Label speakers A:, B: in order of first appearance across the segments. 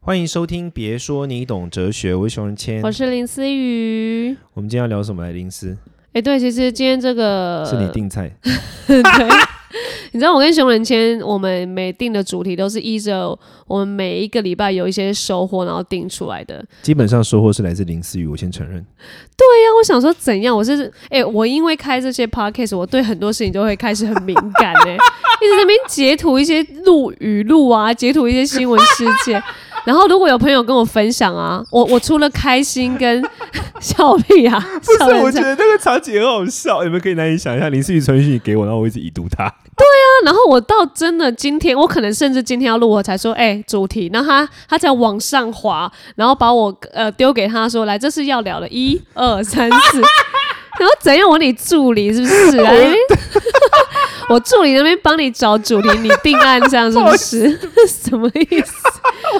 A: 欢迎收听，别说你懂哲学，我是熊仁谦。
B: 我是林思雨。
A: 我们今天要聊什么来？林思，
B: 哎、对，其实今天这个
A: 是你定菜，
B: 你知道我跟熊仁谦，我们每定的主题都是依着我们每一个礼拜有一些收获，然后定出来的。哎
A: 基本上收获是来自林思雨，我先承认。
B: 但我想说，怎样？我是哎、我因为开这些 podcast，我对很多事情都会开始很敏感 哎、一直在那边截图一些录语录啊，截图一些新闻事件。然后如果有朋友跟我分享啊，我我除了开心跟笑屁啊，
A: 不
B: 笑
A: 是，我
B: 人
A: 觉
B: 家
A: 得那个场景很好笑，你们可以难以想象，林思雨传讯息给我，然后我一直已读他。
B: 然后我到真的今天，我可能甚至今天要录，我才说，哎、主题。然后他他才往上滑，然后把我呃丢给他说，来，这是要聊的，一二三四。 然后怎样？我你助理是不是？来我助理那边帮你找主题，你定案这样是不 是？什么意 思？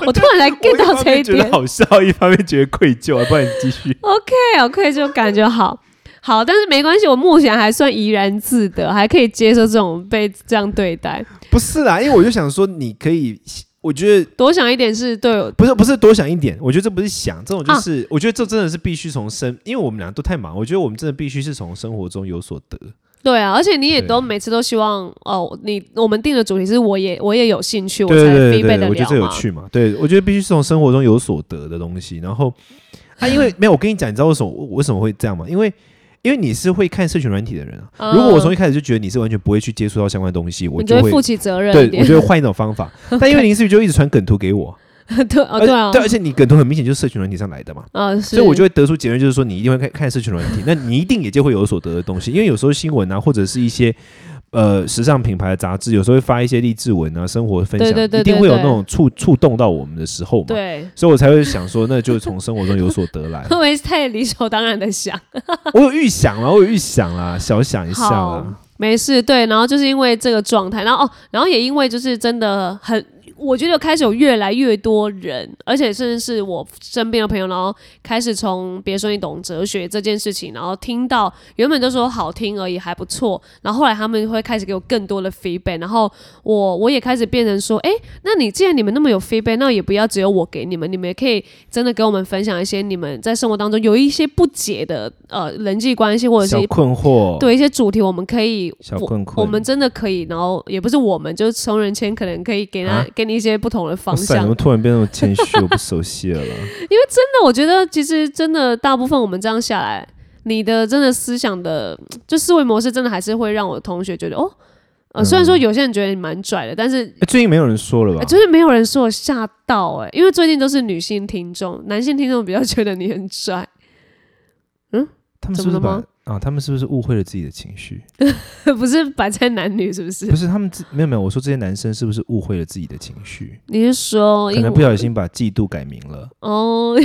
B: 我突 然才哎 get
A: 我
B: 到
A: 方
B: 这一
A: 面觉
B: 点
A: 得。好笑， 一方面觉得愧疚，不然你继续。
B: OK OK，就感觉好好，但是没关系，我目前还算怡然自得，还可以接受这种被这样对待。
A: 不是啊啦，因为我就想说，你可以，我觉得。
B: 多想一点是对我
A: 不是不是多想一点，我觉得这不是想，这种
B: 啊
A: 就是、我觉得这真的是必须从生，因为我们俩都太忙，我觉得我们真的必须是从生活中有所得。
B: 对啊，而且你也都
A: 对
B: 每次都希望哦，你我们定的主题是我也我也有兴趣，我
A: 对
B: 才
A: 对
B: 必备
A: 对
B: 的
A: 对，我觉得
B: 聊
A: 这有
B: 嘛。
A: 趣嘛？对，我觉得必须是从生活中有所得的东西。然 后啊，因为没有，我跟你讲，你知道为什么我我为什么会这样吗？因为因为你是会看社群软体的人啊。
B: 嗯
A: 如果我从一开始就觉得你是完全不会去接触到相关的东西，我
B: 你
A: 就
B: 就会
A: 会
B: 负起责任一
A: 对，
B: 点
A: 我，就会换一种方 法。但因为林思雨就一直传梗图给我，
B: 对啊，
A: 而
B: 对啊，
A: 对，而且你梗图很明显就是社群软体上来的嘛。
B: 啊，
A: 所以我就会得出结论，就是说你一定会看看社群软体，那 你一定也就会有所得的东西，因为有时候新闻啊，或者是一些呃时尚品牌的杂志，有时候会发一些励志文啊、生活分享，
B: 对对对
A: 一定会有那
B: 对对
A: 种触触动到我们的时候嘛。
B: 对，
A: 所以我才会想说，那就从生活中有所得来
B: 会。 不会太理所当然的想？
A: 我有预想啦，我有预想啦，小想一下啦。
B: 没事，对，然后就是因为这个状态，然后哦，然后也因为就是真的很，我觉得开始有越来越多人，而且甚至是我身边的朋友，然后开始从别说你懂哲学这件事情，然后听到原本就说好听而已，还不错，然后后来他们会开始给我更多的 feedback，然后我我也开始变成说，哎，那你既然你们那么有 feedback，那也不要只有我给你们，你们也可以真的给我们分享一些你们在生活当中有一些不解的呃人际关系或者是
A: 小困惑，，
B: 对一些主题，我们可以，
A: 小
B: 我
A: 困困
B: 我们真的可以，然后也不是我们，就是穷人圈可能可以给他、
A: 啊
B: 给你一些不同的方
A: 哇塞，
B: 向
A: 怎么。突然变那么谦虚？我不熟悉 了啦。
B: 那我觉得其实真的大部分我们这样下来，你的真的思想的就思维模式，真的还是会让我同学觉得哦，呃，虽然说有些人觉得你蛮拽的，但是、
A: 哎最近没有人说了吧
B: 呃？就是没有人说我吓到哎、因为最近都是女性听众，男性听众比较觉得你很拽，
A: 他们是不是
B: 怎么了
A: 把
B: 吗
A: 啊？他们是不是误会了自己的情绪？
B: 不是摆在男女是不是
A: 不？是他们自没有没有，我说这些男生是不是误会了自己的情绪？
B: 你是说
A: 可
B: 哦因为
A: 能不小心把嫉妒改名 了。
B: 哦？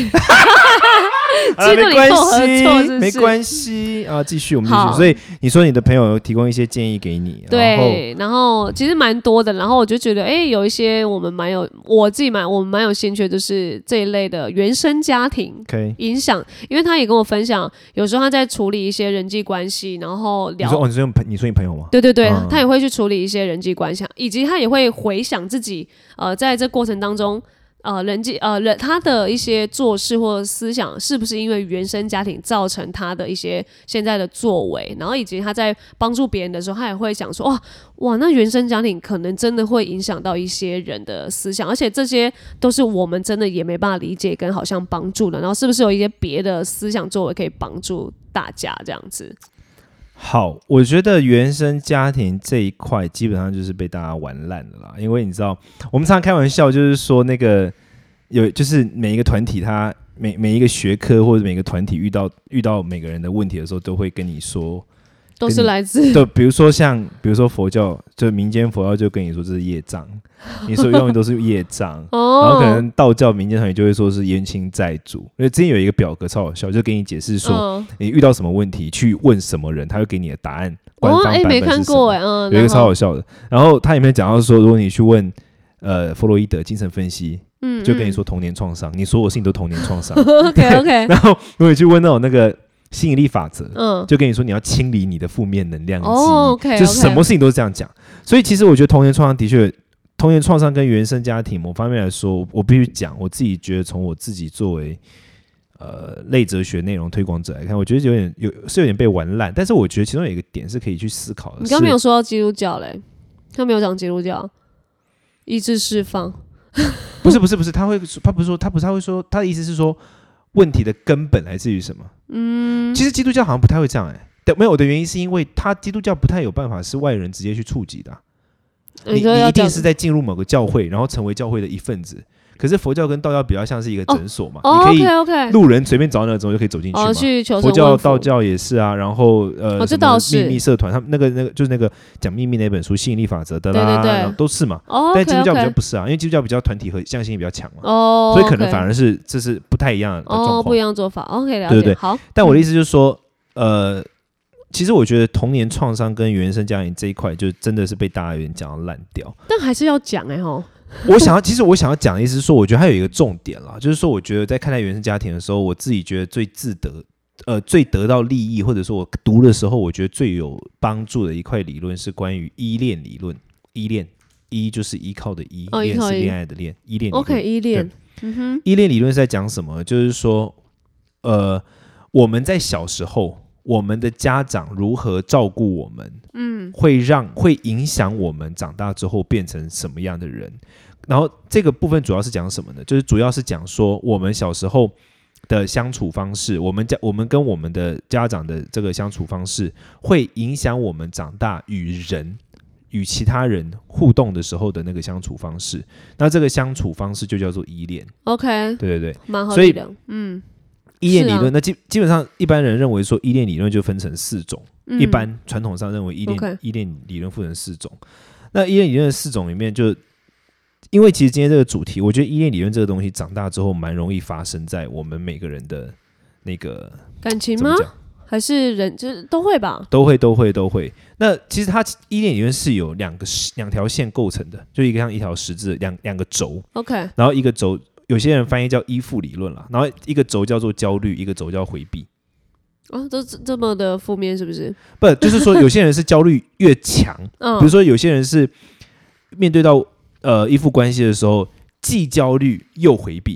A: 啊
B: 嫉
A: 没
B: 妒你
A: 关
B: 跟我合
A: 系
B: 作是不是
A: 没关系啊，继续我们继续。
B: 好
A: 所以你说你的朋友提供一些建议给你，然后
B: 对，然后其实蛮多的，然后我就觉得，哎、有一些我们蛮有，我自己蛮我们蛮有兴趣的，就是这一类的原生家庭
A: OK，
B: 影响，因为他也跟我分享，有时候他在处理一些人际关系，然后
A: 你
B: 聊
A: 说哦，你说你朋你说你朋友吗？
B: 对对对，
A: 嗯
B: 他也会去处理一些人际关系，以及他也会回想自己呃，在这过程当中，呃，人际呃人他的一些做事或思想，是不是因为原生家庭造成他的一些现在的作为，然后以及他在帮助别人的时候，他也会想说，哇哇，那原生家庭可能真的会影响到一些人的思想，而且这些都是我们真的也没办法理解跟好像帮助的，然后是不是有一些别的思想作为可以帮助大家这样子？
A: 好，我觉得原生家庭这一块基本上就是被大家玩烂了啦，因为你知道，我们常常开玩笑，就是说那个有，就是每一个团体它，每每一个学科或者每个团体遇到遇到每个人的问题的时候，都会跟你说，
B: 都是
A: 跟你
B: 来自。
A: 对，比如说像，比如说佛教，就民间佛教就跟你说这是业障，你所用的都是业障
B: 哦，
A: 然后可能道教民间团体就会说是冤亲债主，因为之前有一个表格超好笑，就给你解释说
B: 嗯
A: 你遇到什么问题去问什么人，他会给你的答案。官
B: 哦，
A: 方
B: 哎、
A: 版
B: 没
A: 本
B: 看
A: 是什
B: 过
A: 么？
B: 哎、嗯，
A: 有一个
B: 然
A: 超
B: 后
A: 好笑的。然后它里面讲到说，如果你去问呃弗洛伊德精神分析，
B: 嗯，
A: 就 跟你说童年创伤，你所有事情都童年创伤。
B: ，OK OK，
A: 然后如果你去问那种那个吸引力法则，
B: 嗯，
A: 就跟你说你要清理你的负面能量跟记忆，
B: 哦，OK，
A: 就什么事情都是这样讲。所以其实我觉得童年创伤的确童年创伤跟原生家庭某方面来说，我必须讲，我自己觉得从我自己作为呃类哲学内容推广者来看，我觉得有点有是有点被玩烂，但是我觉得其中有一个点是可以去思考的。
B: 你刚刚没有
A: 是
B: 说到基督教嘞，他没有讲基督教，意志释放。
A: 不是不是不是，他会说他不是说他不是他会说他的意思是说问题的根本来自于什么？嗯，其实基督教好像不太会这样哎、对，没有我的原因是因为他基督教不太有办法是外人直接去触及的啊、
B: 呃
A: 你
B: 说
A: 你
B: 要
A: 一定
B: 讲
A: 是在进入某个教会，然后成为教会的一份子。可是佛教跟道教比较像是一个诊所嘛，
B: 哦
A: 你可以
B: ，OK OK，
A: 路人随便找哪个种就可以走进去嘛。
B: 哦，去求
A: 佛
B: 神
A: 教、
B: 问
A: 道
B: 佛。
A: 教也是啊，然后呃，
B: 哦这
A: 什么
B: 倒是
A: 秘密社团，他们那个那个就是那个讲秘密那本书《吸引力法则》的
B: 对对
A: 啦，
B: 对
A: 然后都是嘛。
B: 哦
A: 但基督
B: ，OK
A: 教比较
B: OK，
A: 不是啊，因为基督教比较团体和向心力比较强嘛，
B: 哦，
A: 所以可能
B: OK
A: 反而是这是不太一样的状
B: 哦不
A: 况
B: 一。样做法，OK 了
A: 对
B: 解，
A: 对
B: 好。
A: 但我的
B: 嗯
A: 意思就是说，呃，其实我觉得童年创伤跟原生家庭这一块，就真的是被大家有点讲到烂掉。
B: 嗯但还是要讲哎吼，
A: 我想要，其实我想要讲的意思是说，我觉得还有一个重点啦，就是说，我觉得在看待原生家庭的时候，我自己觉得最自得，呃，最得到利益，或者说我读的时候，我觉得最有帮助的一块理论是关于依恋理论。依恋，依就是依靠的依，
B: 哦依
A: 恋
B: 靠
A: 是
B: 依
A: 恋爱的恋，依恋理论。
B: OK 依恋，
A: 依恋理论是在讲什么？就是说，呃，我们在小时候，我们的家长如何照顾我们，嗯，会让会影响我们长大之后变成什么样的人。然后这个部分主要是讲什么呢？就是主要是讲说我们小时候的相处方式，我们家我们跟我们的家长的这个相处方式，会影响我们长大与人与其他人互动的时候的那个相处方式。那这个相处方式就叫做依恋。
B: ，OK，
A: 对对对，
B: 蛮好
A: 所以
B: 理的，
A: 依恋
B: 是
A: 理
B: 啊
A: 论，那基基本上一般人认为说依恋理论就分成四种，
B: 嗯
A: 一般传统上认为依恋
B: OK
A: 依恋理论分成四种。那依恋理论的四种里面就，因为其实今天这个主题，我觉得依恋理论这个东西长大之后蛮容易发生在我们每个人的那个
B: 感情
A: 怎
B: 吗
A: 么？讲，
B: 还是人就是都会吧？
A: 都会都会都会。那其实它依恋理论是有两个两条线构成的，就一个像一条十字，两两个轴，
B: OK，
A: 然后一个轴有些人翻译叫依附理论啦，然后一个轴叫做焦虑，一个轴叫回避。
B: 哦，都这这么的负面是不是？
A: 不，就是 说有些人是焦虑越强，
B: 嗯
A: 比如，说有些人是面对到呃依附关系的时候，既焦虑又回避；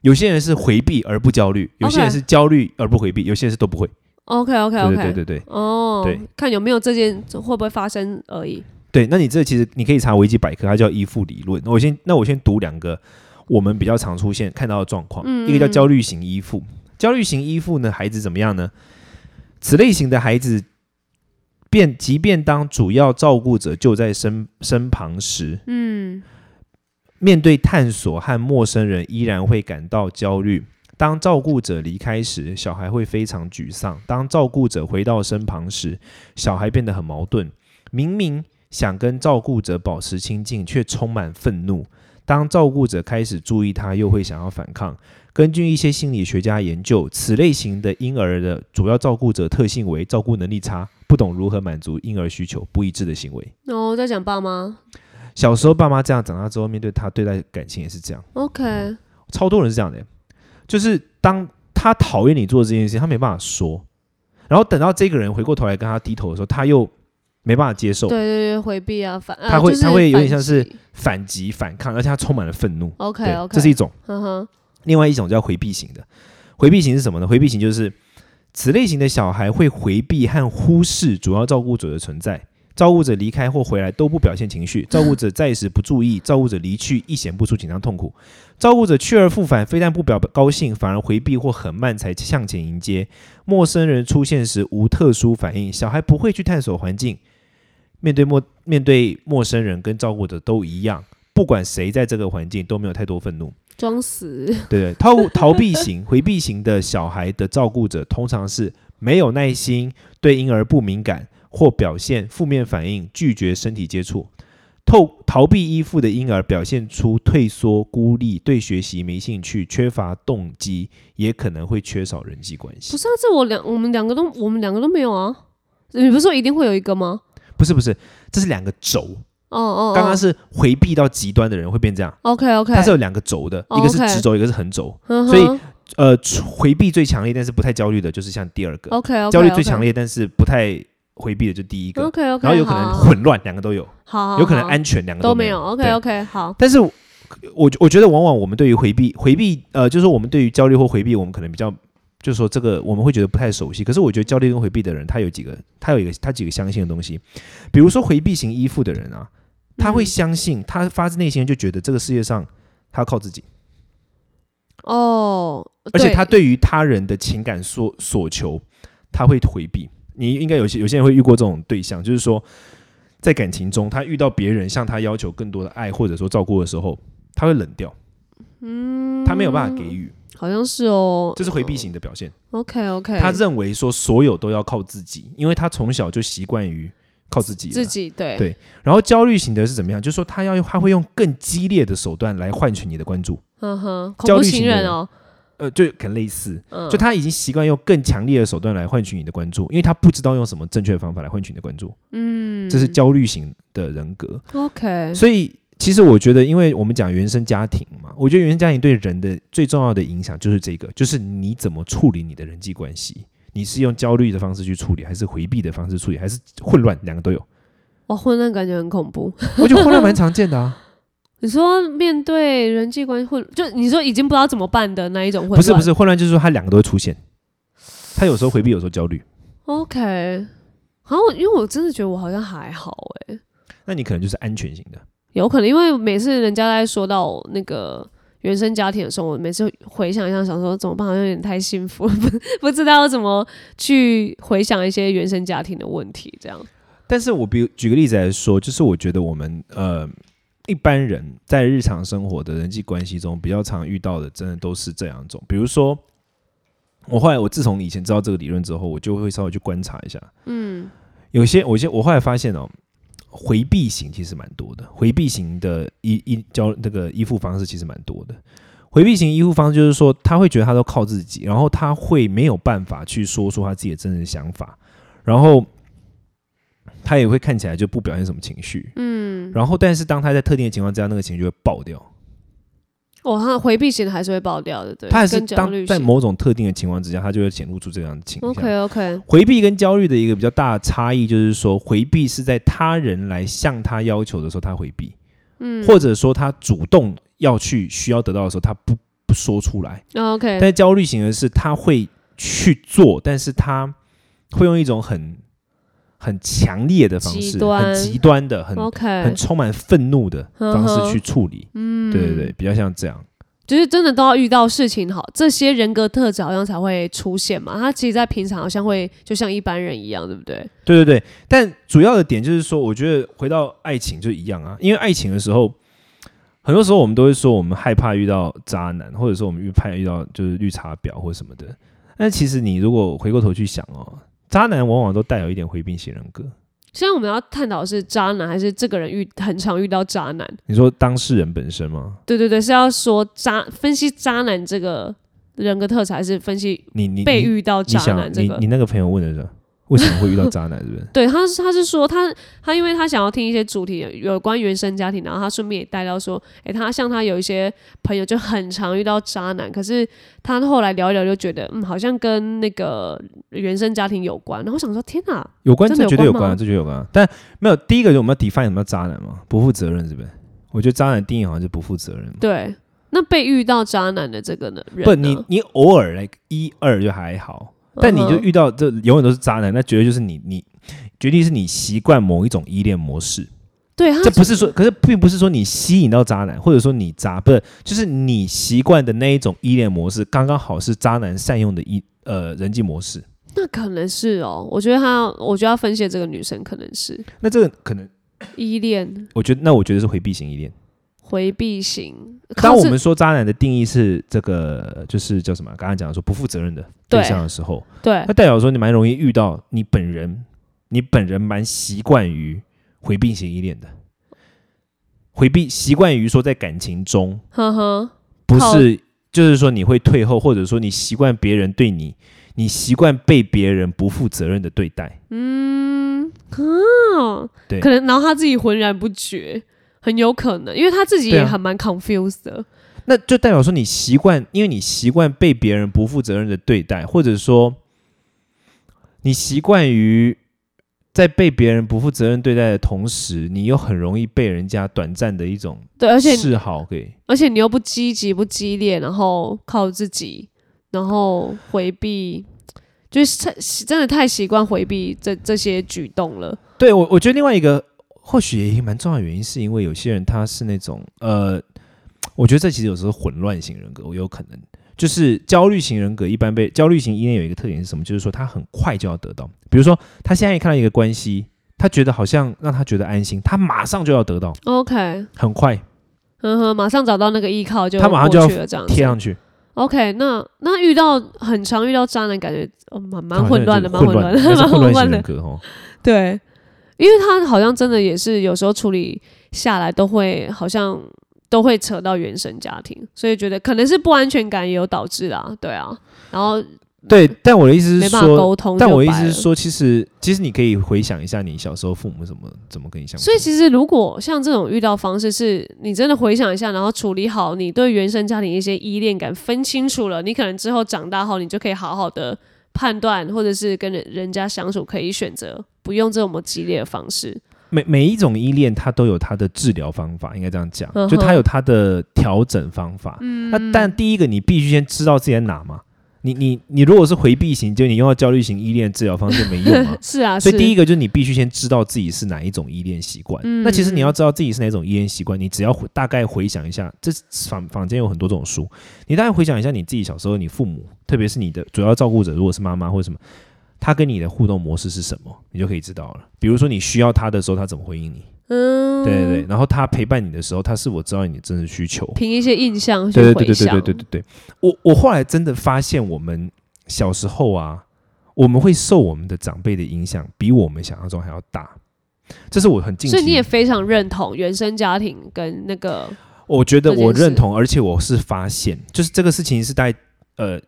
A: 有些人是回避而不焦虑，有些人
B: OK
A: 是焦虑而不回避，有些人是都不会。
B: OK OK
A: 对
B: OK，
A: 对对对对
B: 哦，
A: 对
B: 看有没有这件会不会发生而已。
A: 对。那你这其实你可以查维基百科，它叫依附理论。那我先那我先读两个我们比较常出现看到的状况，一个叫焦虑型依附。焦虑型依附呢，孩子怎么样呢？此类型的孩子，便即便当主要照顾者就在身身旁时，
B: 嗯，
A: 面对探索和陌生人，依然会感到焦虑。当照顾者离开时，小孩会非常沮丧；当照顾者回到身旁时，小孩变得很矛盾。明明想跟照顾者保持亲近，却充满愤怒；当照顾者开始注意他，又会想要反抗。根据一些心理学家研究，此类型的婴儿的主要照顾者特性为照顾能力差，不懂如何满足婴儿需求，不一致的行为。
B: 然后在讲爸妈。
A: 小时候爸妈这样，长大之后面对他对待感情也是这样。
B: OK，
A: 超多人是这样的欸，就是当他讨厌你做这件事情，他没办法说，然后等到这个人回过头来跟他低头的时候，他又没办法接受
B: 对，对对，回避啊，反呃
A: 他会
B: 就是
A: 他会有点像
B: 反
A: 是
B: 击
A: 反击、反抗，而且他充满了愤怒。
B: OK
A: 对
B: OK，
A: 这是一种。
B: 嗯哼，
A: 另外一种叫回避型的，回避型是什么呢？回避型就是此类型的小孩会回避和忽视主要照顾者的存在。照顾者离开或回来都不表现情绪，照顾者在时不注意，照顾者离去一显不出紧张痛苦，照顾者去而复返，非但不表高兴，反而回避或很慢才向前迎接。陌生人出现时无特殊反应，小孩不会去探索环境。面对陌面对陌生人跟照顾者都一样，不管谁在这个环境都没有太多愤怒。
B: 装死。
A: 对对，逃逃避型、回避型的小孩的照顾者通常是没有耐心，对婴儿不敏感或表现负面反应，拒绝身体接触。透逃避依附的婴儿表现出退缩、孤立，对学习没兴趣，缺乏动机，也可能会缺少人际关系
B: 不。是啊，这我两我们两个都我们两个都没有啊。你不是说一定会有一个吗？
A: 不是不是，这是两个轴。
B: 哦哦，
A: 刚刚是回避到极端的人会变这样，
B: OK OK，
A: 它是有两个轴的，
B: 哦
A: 一个是
B: OK
A: 直轴，一个是横轴。
B: 所
A: 所以呃，回避最强烈但是不太焦虑的，就是像第二个。
B: OK OK，
A: 焦虑最强烈，但是不太回避的就第一个，
B: OK OK，哦
A: 然后有可能混乱，两个都有，
B: 好，好
A: 有可能
B: 好
A: 安全，两个
B: 都
A: 没
B: 没有。OK
A: 对
B: OK，好，
A: 但是我我我觉得往往我们对于回避回避，呃，就是我们对于焦虑或回避，我们可能比较。就是说，这个我们会觉得不太熟悉。可是我觉得焦虑跟回避的人，他有几个，他有一个，他几个相信的东西。比如说回避型依附的人啊，他会
B: 嗯
A: 相信，他发自内心就觉得这个世界上他要靠自己，
B: 哦，
A: 而且
B: 对
A: 他对于他人的情感所所求，他会回避。你应该有些有些人会遇过这种对象，就是说，在感情中，他遇到别人向他要求更多的爱或者说照顾的时候，他会冷掉，嗯，他没有办法给予，
B: 好像是哦，
A: 这是回避型的表现。
B: OK OK，
A: 他认为说所有都要靠自己，因为他从小就习惯于靠自己了。
B: 自己对
A: 啊对然后焦虑型的是怎么样？就是说他要用他会用更激烈的手段来换取你的关注，
B: 嗯哼，
A: 焦
B: 恐怖
A: 虑型
B: 情
A: 的
B: 人
A: 人
B: 哦，
A: 呃，就很类似。
B: 嗯，
A: 就他已经习惯用更强烈的手段来换取你的关注，因为他不知道用什么正确的方法来换取你的关注，
B: 嗯，
A: 这是焦虑型的人格。
B: OK，
A: 所以其实我觉得，因为我们讲原生家庭嘛，我觉得原生家庭对人的最重要的影响就是这个，就是你怎么处理你的人际关系。你是用焦虑的方式去处理，还是回避的方式处理，还是混乱？两个 都有，
B: 哇，混乱感觉很恐怖。
A: 我觉得混乱蛮常见的啊。
B: 你说面对人际关系混，就你说已经不知道怎么办的那一种混乱，
A: 不是不是，混乱就是说他两个都会出现，他有时候回避，有时候焦虑。
B: OK。好像我因为我真的觉得我好像还好哎、
A: 那你可能就是安全型的，
B: 有可能因为每次人家在说到那个原生家庭的时候，我每次回想一下，想说怎么办，好像有点太幸福了，不不知道要怎么去回想一些原生家庭的问题，这样。
A: 但是我比如举个例子来说，就是我觉得我们呃一般人在日常生活的人际关系中，比较常遇到的，真的都是这两种。比如说，我后来我自从以前知道这个理论之后，我就会稍微去观察一下，嗯，有些我些我后来发现哦。回避型其实蛮多的，回避型的依依交那个依附方式其实蛮多的。回避型依附方式就是说，他会觉得他都靠自己，然后他会没有办法去说出他自己的真实想法，然后他也会看起来就不表现什么情绪，嗯，然后但是当他在特定的情况之下，那个情绪会爆掉，
B: 哦，他回避型的还是会爆掉的，对，
A: 他还是
B: 跟焦
A: 当
B: 虑嗯
A: 在
B: 型。
A: 某种特定的情况之下，他就会显露出这样的倾向。
B: OK OK，
A: 回避跟焦虑的一个比较大的差异就是说，回避是在他人来向他要求的时候他回避，嗯，或者说他主动要去需要得到的时候他不不说出来，
B: OK，
A: 但焦虑型的是他会去做，但是他会用一种很很强烈的方
B: 极
A: 式，
B: 端哦
A: 很极端的，很
B: OK，
A: 很充满愤怒的方式去处理。
B: 嗯，
A: 对对对，，比较像这样。
B: 就是真的都要遇到事情好，这些人格特质好像才会出现嘛。他其实，在平常好像会就像一般人一样，对不对？
A: 对对对，但主要的点就是说，我觉得回到爱情就一样啊，因为爱情的时候，很多时候我们都会说我们害怕遇到渣男，或者说我们遇怕遇到就是绿茶婊或什么的。但其实你如果回过头去想哦，渣男往往都带有一点回避型人格。
B: 现在我们要探讨的是渣男，还是这个人遇很常遇到渣男？
A: 你说当事人本身吗？
B: 对对对，是要说渣分析渣男这个人格特质，还是分析
A: 你你
B: 被
A: 你
B: 遇到
A: 你
B: 渣
A: 想
B: 男这
A: 你
B: 个
A: 你？那个朋友问的是为什么会遇到渣男， 是不是？
B: 对，他是他是说他他因为他想要听一些主题有关原生家庭，然后他顺便也带到说，诶，他像他有一些朋友就很常遇到渣男，可是他后来聊一聊就觉得，嗯，好像跟那个原生家庭有关。然后我想说，天哪，
A: 有关，
B: 真
A: 这
B: 的有
A: 绝对有
B: 关
A: 关啊，
B: 吗
A: 这绝对有关啊。但没有第一个，我们要 define 什么叫渣男嘛？不负责任，是不是？我觉得渣男的定义好像就不负责任嘛。
B: 对，那被遇到渣男的这个呢人
A: 不，
B: 呢，嗯
A: 你你偶尔来一二就还好，但你就
B: 嗯哼
A: 遇到这永远都是渣男，那绝对就是你你绝对是你习惯某一种依恋模式。
B: 对，他
A: 这不是说，可是并不是说你吸引到渣男，或者说你渣，不是，就是你习惯的那一种依恋模式，刚刚好是渣男善用的一呃人际模式。
B: 那可能是哦，我觉得他，我觉得他分析的这个女生可能是
A: 那这个可能，
B: 依恋
A: 我觉得那我觉得是回避型依恋。
B: 回避型。
A: 当
B: 靠
A: 我
B: 这
A: 们说渣男的定义是这个，就是叫什么？刚刚讲说不负责任的对
B: 对
A: 象的时候，
B: 对
A: 那代表说你蛮容易遇到你本人，你本人蛮习惯于回避型依恋的，回避习惯于说在感情中
B: 呵呵，
A: 不
B: 靠
A: 是，就是说你会退后，或者说你习惯别人对你，你习惯被别人不负责任的对待。
B: 嗯，哦，
A: 对
B: 可能然后他自己浑然不觉，很有可能，因为他自己
A: 对
B: 也
A: 啊
B: 还蛮 confused 的。
A: 那就代表说你习惯，因为你习惯被别人不负责任的对待，或者说你习惯于在被别人不负责任对待的同时，你又很容易被人家短暂的一种
B: 对，而且
A: 示好给。
B: 而且你又不积极不激烈，然后靠自己，然后回避，就是太真的太习惯回避这这些举动了。
A: 对我，我觉得另外一个或许也蛮重要的原因，是因为有些人他是那种呃，我觉得这其实有时候混乱型人格，我有可能就是焦虑型人格一般被焦虑型依恋有一个特点是什么？就是说他很快就要得到，比如说他现在一看到一个关系，他觉得好像让他觉得安心，他马上就要得到，
B: OK，
A: 很快
B: 嗯哼，马上找到那个依靠就
A: 他马上就
B: 过
A: 要
B: 去了这样
A: 贴
B: 子。
A: 上去，
B: OK，那那遇到很常遇到渣男，感觉哦蛮蛮
A: 他
B: 混
A: 好像
B: 乱的，
A: 就是混
B: 蛮乱
A: 乱
B: 的，
A: 他是
B: 蛮
A: 混乱
B: 混乱
A: 型
B: 的
A: 人。格哦。
B: 对，因为他好像真的也是有时候处理下来都会好像都会扯到原生家庭，所以觉得可能是不安全感也有导致啦，对啊，然后
A: 对，但我的意思
B: 没
A: 是
B: 办法
A: 说，
B: 沟通。
A: 但我的意思是，说，其实其实你可以回想一下你小时候父母怎么怎么跟你相处，
B: 所以其实如果像这种遇到方式，是你真的回想一下，然后处理好你对原生家庭一些依恋感，分清楚了，你可能之后长大后，你就可以好好的。判断或者是跟人人家相处，可以选择不用这么激烈的方式。
A: 每每一种依恋，它都有它的治疗方法，应该这样讲，
B: 嗯哼。
A: 就它有它的调整方法。嗯，那但第一个，你必须先知道自己在哪嘛。你你你如果是回避型，就你用到焦虑型依恋治疗方式没用嘛
B: 是啊，
A: 所以第一
B: 一
A: 个就是你必须先知道自己是哪一种依恋习惯。
B: 嗯
A: 那其实你要知道自己是哪种依恋习惯，你只要回大概回想一下，这坊坊间有很多这种书，你大概回想一下你自己小时候，你父母，特别是你的主要照顾者，如果是妈妈或什么，他跟你的互动模式是什么，你就可以知道了。比如说你需要他的时候，他怎么回应你？
B: 嗯，
A: 对对对，然后他陪伴你的时候，他是我知道你的真实需求。
B: 凭一些印象去
A: 对对对
B: 回
A: 对对
B: 想。
A: 对对对对，我我后来真的发现，我们小时候啊，我们会受我们的长辈的影响，比我们想象中还要大。这是我很近
B: 所以你也
A: 期，
B: 非常认同原生家庭跟那个
A: 我觉得
B: 这件
A: 我认
B: 事
A: 同，而且我是发现，就是这个事情是在呃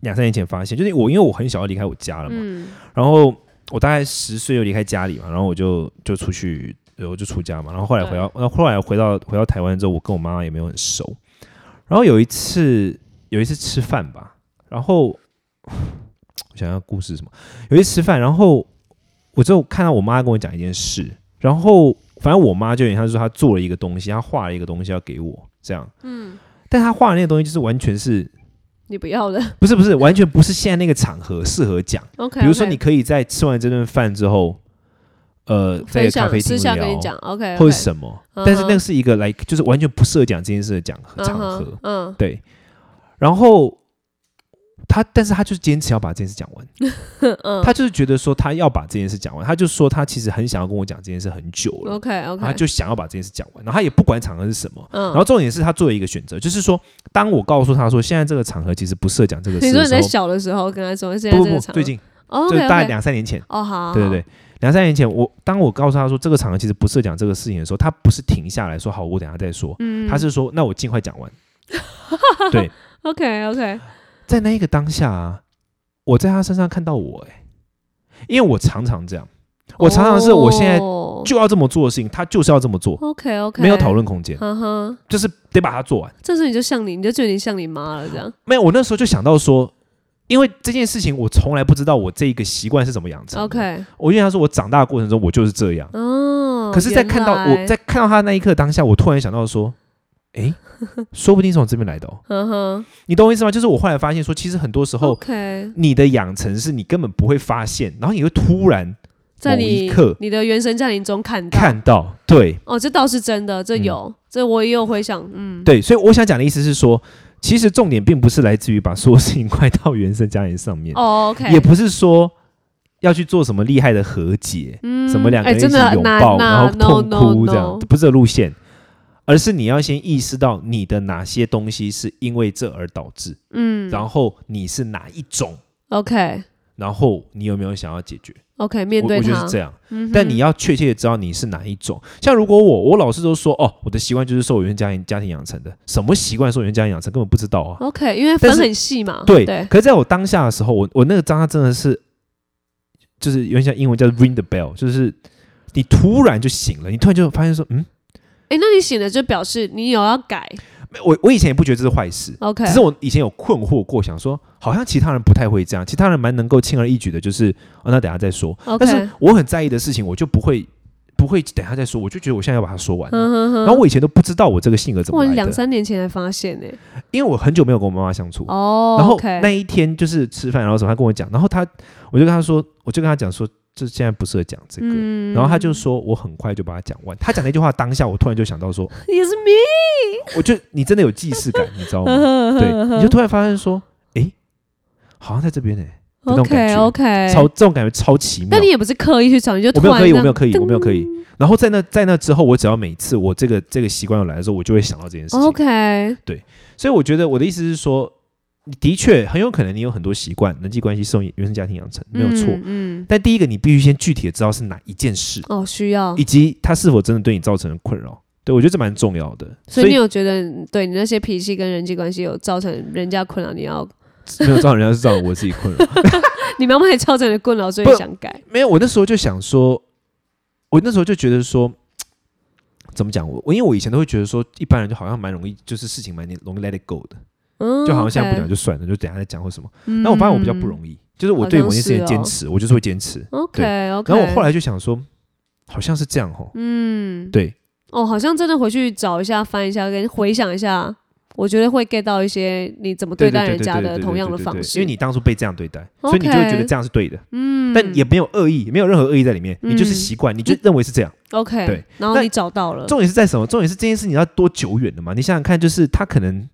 A: 两三年前发现，就是我因为我很小就离开我家了嘛，
B: 嗯
A: 然后我大概十岁就离开家里嘛，然后我就就出去，呃我就出家嘛。然后后来回到，然后后来回到回到台湾之后，我跟我妈妈也没有很熟。然后有一次有一次吃饭吧，然后我想想故事是什么，有一次吃饭，然后我就看到我妈跟我讲一件事，然后反正我妈就有点像是说她做了一个东西，她画了一个东西要给我这样，嗯，但她画的那个东西就是完全是
B: 你不要 的。
A: 不是不是完全不是现在那个场合适合讲。
B: OK，
A: 比如说，你可以在吃完这顿饭之后，呃，在一个咖
B: 分享
A: 啡厅
B: 私下
A: 聊，
B: 跟你讲，OK，
A: 或者什么，
B: 嗯哼
A: 但是那是一个来，就是完全不适合讲这件事的讲合场合，
B: 嗯
A: 对。然后他，但是他就是坚持要把这件事讲完，
B: 哼 嗯
A: 他就是觉得说他要把这件事讲完，他就说他其实很想要跟我讲这件事很久了，
B: ，OK
A: 然后他
B: OK，
A: 就想要把这件事讲完，然后他也不管场合是什么。然
B: 嗯
A: 后，重点是他做了一个选择，就是说，当我告诉他说现在这个场合其实不适合讲这个
B: 你
A: 事
B: 说
A: 的
B: 你
A: 时
B: 在
A: 候，
B: 小的时候跟他说，现在
A: 不
B: 这
A: 不不，
B: 个场
A: 最近就
B: OK
A: 大概
B: OK，
A: 两三年前，
B: 哦好，
A: 对对
B: 好，
A: 对，两三年前我当我告诉他说这个场合其实不适合讲这个事情的时候，他不是停下来说好我等一下再说，
B: 嗯，
A: 他是说那我尽快讲完。 对，
B: OK OK，
A: 在那一个当下啊，我在他身上看到我哎、因为我常常这样，我常常是我现在就要这么做的事情，他就是要这么做，
B: 哦 OK 嗯 OK，
A: 没有讨，论空间，
B: 哈哈，
A: 就是得把它做完。
B: 这时候你就像你，你就觉得你像你妈了这样，
A: 没有，我那时候就想到说。因为这件事情，我从来不知道我这一个习惯是怎么养成的。
B: OK，
A: 我就想说，我长大的过程中，我就是这样。
B: 哦，
A: 可是，在看到
B: 原来
A: 我在，看到他那一刻当下，我突然想到说， 诶，说不定是从这边来的哦，
B: 嗯哼
A: 你懂我意思吗？就是我后来发现说，其实很多时候、
B: 哦，OK，
A: 你的养成是你根本不会发现，然后你会突然
B: 在
A: 某一
B: 你
A: 刻
B: 你的原生家庭中看到，
A: 看到，对
B: 哦，这倒是真的，这
A: 嗯
B: 有，这我也有回想，嗯，
A: 对，所以我想讲的意思是说，其实重点并不是来自于把所有事情 怪到原生家庭上面，
B: 哦，OK，
A: 也不是说要去做什么厉害的和解，
B: 嗯
A: 什么两个
B: 哎
A: 人一
B: 真
A: 起
B: 的
A: 拥
B: 那
A: 抱，
B: 那
A: 然后痛
B: no, no,
A: 哭这样
B: no，
A: 不是这路线，而是你要先意识到你的哪些东西是因为这而导致，
B: 嗯，
A: 然后你是哪一种，
B: OK
A: 然后你有没有想要解决？
B: OK 面
A: 我
B: 对
A: 我觉
B: 他，
A: 得是这样，
B: 嗯哼
A: 但你要确切的知道你是哪一种。像如果我，我老是都说哦，我的习惯就是受我原生家庭家庭养成的，什么习惯受原生家庭养成根本不知道啊。
B: OK，因为
A: 但
B: 分
A: 是
B: 很细嘛，
A: 对，
B: 哦对
A: 可是在我当下的时候，我我那个当下真的是，就是有点像英文叫 ring the bell，就是你突然就醒了，你突然就发现说，嗯，
B: 哎，那你醒了就表示你有要改，
A: 我我以前也不觉得这是坏事，
B: OK，
A: 只是我以前有困惑过，想说好像其他人不太会这样，其他人蛮能够轻而易举的，就是啊、那等下再说。
B: OK，
A: 但是我很在意的事情，我就不会不会等下再说，我就觉得我现在要把它说完。
B: 嗯哼哼，
A: 然后我以前都不知道我这个性格怎么
B: 哇，你
A: 来
B: 两
A: 的，
B: 三年前才发现呢、
A: 因为我很久没有跟我妈妈相处。
B: 哦，
A: 然后
B: OK
A: 那一天就是吃饭，然后什么，她跟我讲，然后她我就跟她说，我就跟她讲说，这现在不适合讲这个。
B: 嗯
A: 然后她就说，我很快就把它讲完。她讲那句话当下，我突然就想到说，
B: 也是 me，
A: 我就你真的有既视感，你知道吗？ 哦 对，
B: 对
A: 你就突然发现说，诶，好像在这边呢、那种感
B: OK
A: 觉
B: OK，
A: 超这种感觉超奇妙
B: 但你。也不是刻意去找，你就
A: 我
B: 突
A: 没有
B: 然
A: 刻意，
B: 这
A: 我
B: 样
A: 没有刻意，
B: 噔
A: 我没有刻意。然后在那在那之后，我只要每次我这个这个习惯有来的时候，我就会想到这件事情。
B: 哦 OK，
A: 所以我觉得我的意思是说，的确很有可能你有很多习惯，人际关系受原生家庭养成没有错。
B: 嗯，嗯
A: 但第一个，你必须先具体的知道是哪一件事，
B: 哦，需要
A: 以，及它是否真的对你造成了困扰。对我觉得这蛮重要的。
B: 所以你有觉得对你那些脾气跟人际关系有造成人家困扰，你要
A: 没有造成人家是造成我自己困扰。
B: 你妈妈也造成了困扰，所以
A: 不
B: 想改。
A: 没有，我那时候就想说，我那时候就觉得说，怎么讲？我我因为我以前都会觉得说，一般人就好像蛮容易，就是事情蛮容易 let it go 的，
B: 嗯，
A: 就好像现在不
B: OK
A: 讲就算了，就等一下再讲或什么。
B: 嗯
A: 那我发现我比较不容易，就是我对某件事情的坚持，我就是会坚持。
B: OK 哦 OK。
A: 然后我后来就想说，好像是这样哦。
B: 嗯，
A: 对，
B: 哦，好像真的回去找一下、翻一下，跟回想一下，我觉得会 get 到一些你怎么
A: 对
B: 待人
A: 对
B: 家
A: 对
B: 的
A: 对
B: 同
A: 对
B: 样的
A: 对对
B: 方
A: 对
B: 式，
A: 因为你当初被这样对待，所
B: OK
A: 以你就会觉得这样是对的，
B: 嗯，
A: 但也没有恶意，没有任何恶意在里面，你就是习惯，你就认为是这样。
B: OK，
A: 对，
B: 然后
A: 那
B: 你找到了，
A: 重点是在什么？重点是这件事你要多久远的嘛？你想想看，就是他可能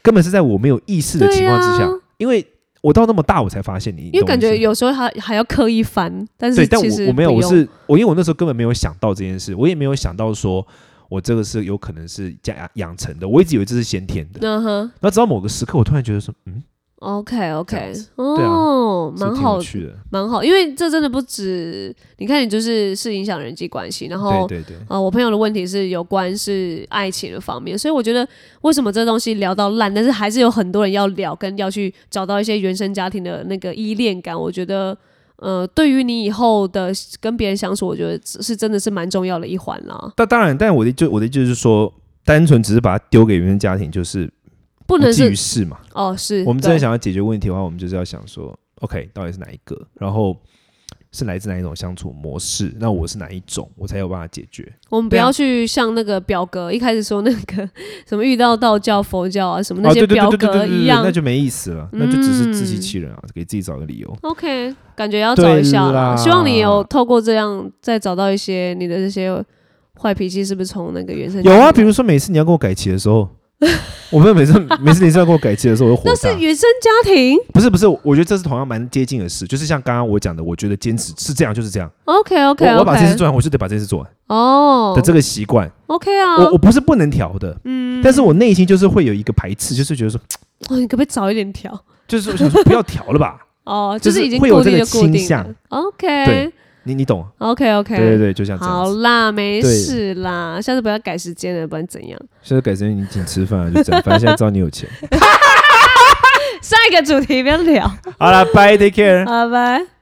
A: 根本是在我没有意识的情况之下，
B: 对啊
A: 因为我到那么大我才发现你，
B: 因为感
A: 你懂我
B: 觉
A: 意思吗
B: 有时候还还要刻意翻，但是
A: 对，但
B: 其实
A: 我我没有，
B: 不
A: 我
B: 用
A: 是我，因为我那时候根本没有想到这件事，我也没有想到说我这个是有可能是家养成的，我一直以为这是先天的。
B: 嗯哼
A: 然后直到某个时刻，我突然觉得说，嗯，
B: ，OK
A: 这
B: OK，
A: 样子对啊
B: 哦，
A: 是
B: 蛮
A: 挺有
B: 好
A: 趣的。
B: 蛮好，因为这真的不止，你看你就是是影响人际关系，然后
A: 对对对，
B: 呃，我朋友的问题是有关是爱情的方面，所以我觉得为什么这东西聊到烂，但是还是有很多人要聊，跟要去找到一些原生家庭的那个依恋感，我觉得。呃，对于你以后的跟别人相处，我觉得是真的是蛮重要的一环啦，
A: 但当然，但我的就我的意思就是说，单纯只是把它丢给原生家庭，就是
B: 不
A: 不
B: 能
A: 啊至
B: 是
A: 于是嘛。
B: 哦，是
A: 我们真的
B: 对
A: 想要解决问题的话，我们就是要想说，OK，到底是哪一个，然后是来自哪一种相处模式？那我是哪一种，我才有办法解决？
B: 我们不
A: 对啊
B: 要去像那个表格一开始说那个 什么遇到道教、佛教啊什么
A: 啊，
B: 那
A: 对
B: 些
A: 对对
B: 表
A: 对对
B: 格
A: 对
B: 一
A: 对，
B: 样嗯
A: 那。就没意思了，那就只是自欺欺人啊，给自己找个理由。
B: OK，感觉要找一下
A: 对啦
B: 啦。希望你有透过这样再找到一些你的这些坏脾气，是不是从那个原生家
A: 有
B: 庭
A: 啊，比如说每次你要跟我改期的时 候，我们每次每次你是要跟我改期的时候，我就火
B: 那
A: 大
B: 是。原生家庭。
A: 不是不是，我觉得这是同样蛮接近的事，就是像刚刚我讲的，我觉得坚持是这样就是这样，
B: OK
A: 我
B: OK
A: 我要把这件事
B: OK
A: 做完，我就得把这件事做完
B: 哦
A: 的这个习惯，
B: OK 啊，
A: 我我不是不能调的，嗯，但是我内心就是会有一个排斥，就是觉得说。
B: 哇哦你可不可以早一点调？
A: 就是我想说不要调了 吧，
B: 哦，
A: 就是
B: 是已经
A: 会有
B: 固
A: 这
B: 定
A: 个
B: 就固
A: 倾
B: 定了
A: 向。
B: OK
A: 对你你懂？
B: OK
A: 对对
B: OK，
A: 对，就像这样
B: 好
A: 子。
B: 啦，没
A: 对
B: 事啦，下次不要改时间了，不然怎样？
A: 现在改成你请吃饭了，就这样。反正现在知道你有钱。
B: 下一个主题不要聊，
A: 好了，拜，take care。
B: 好拜。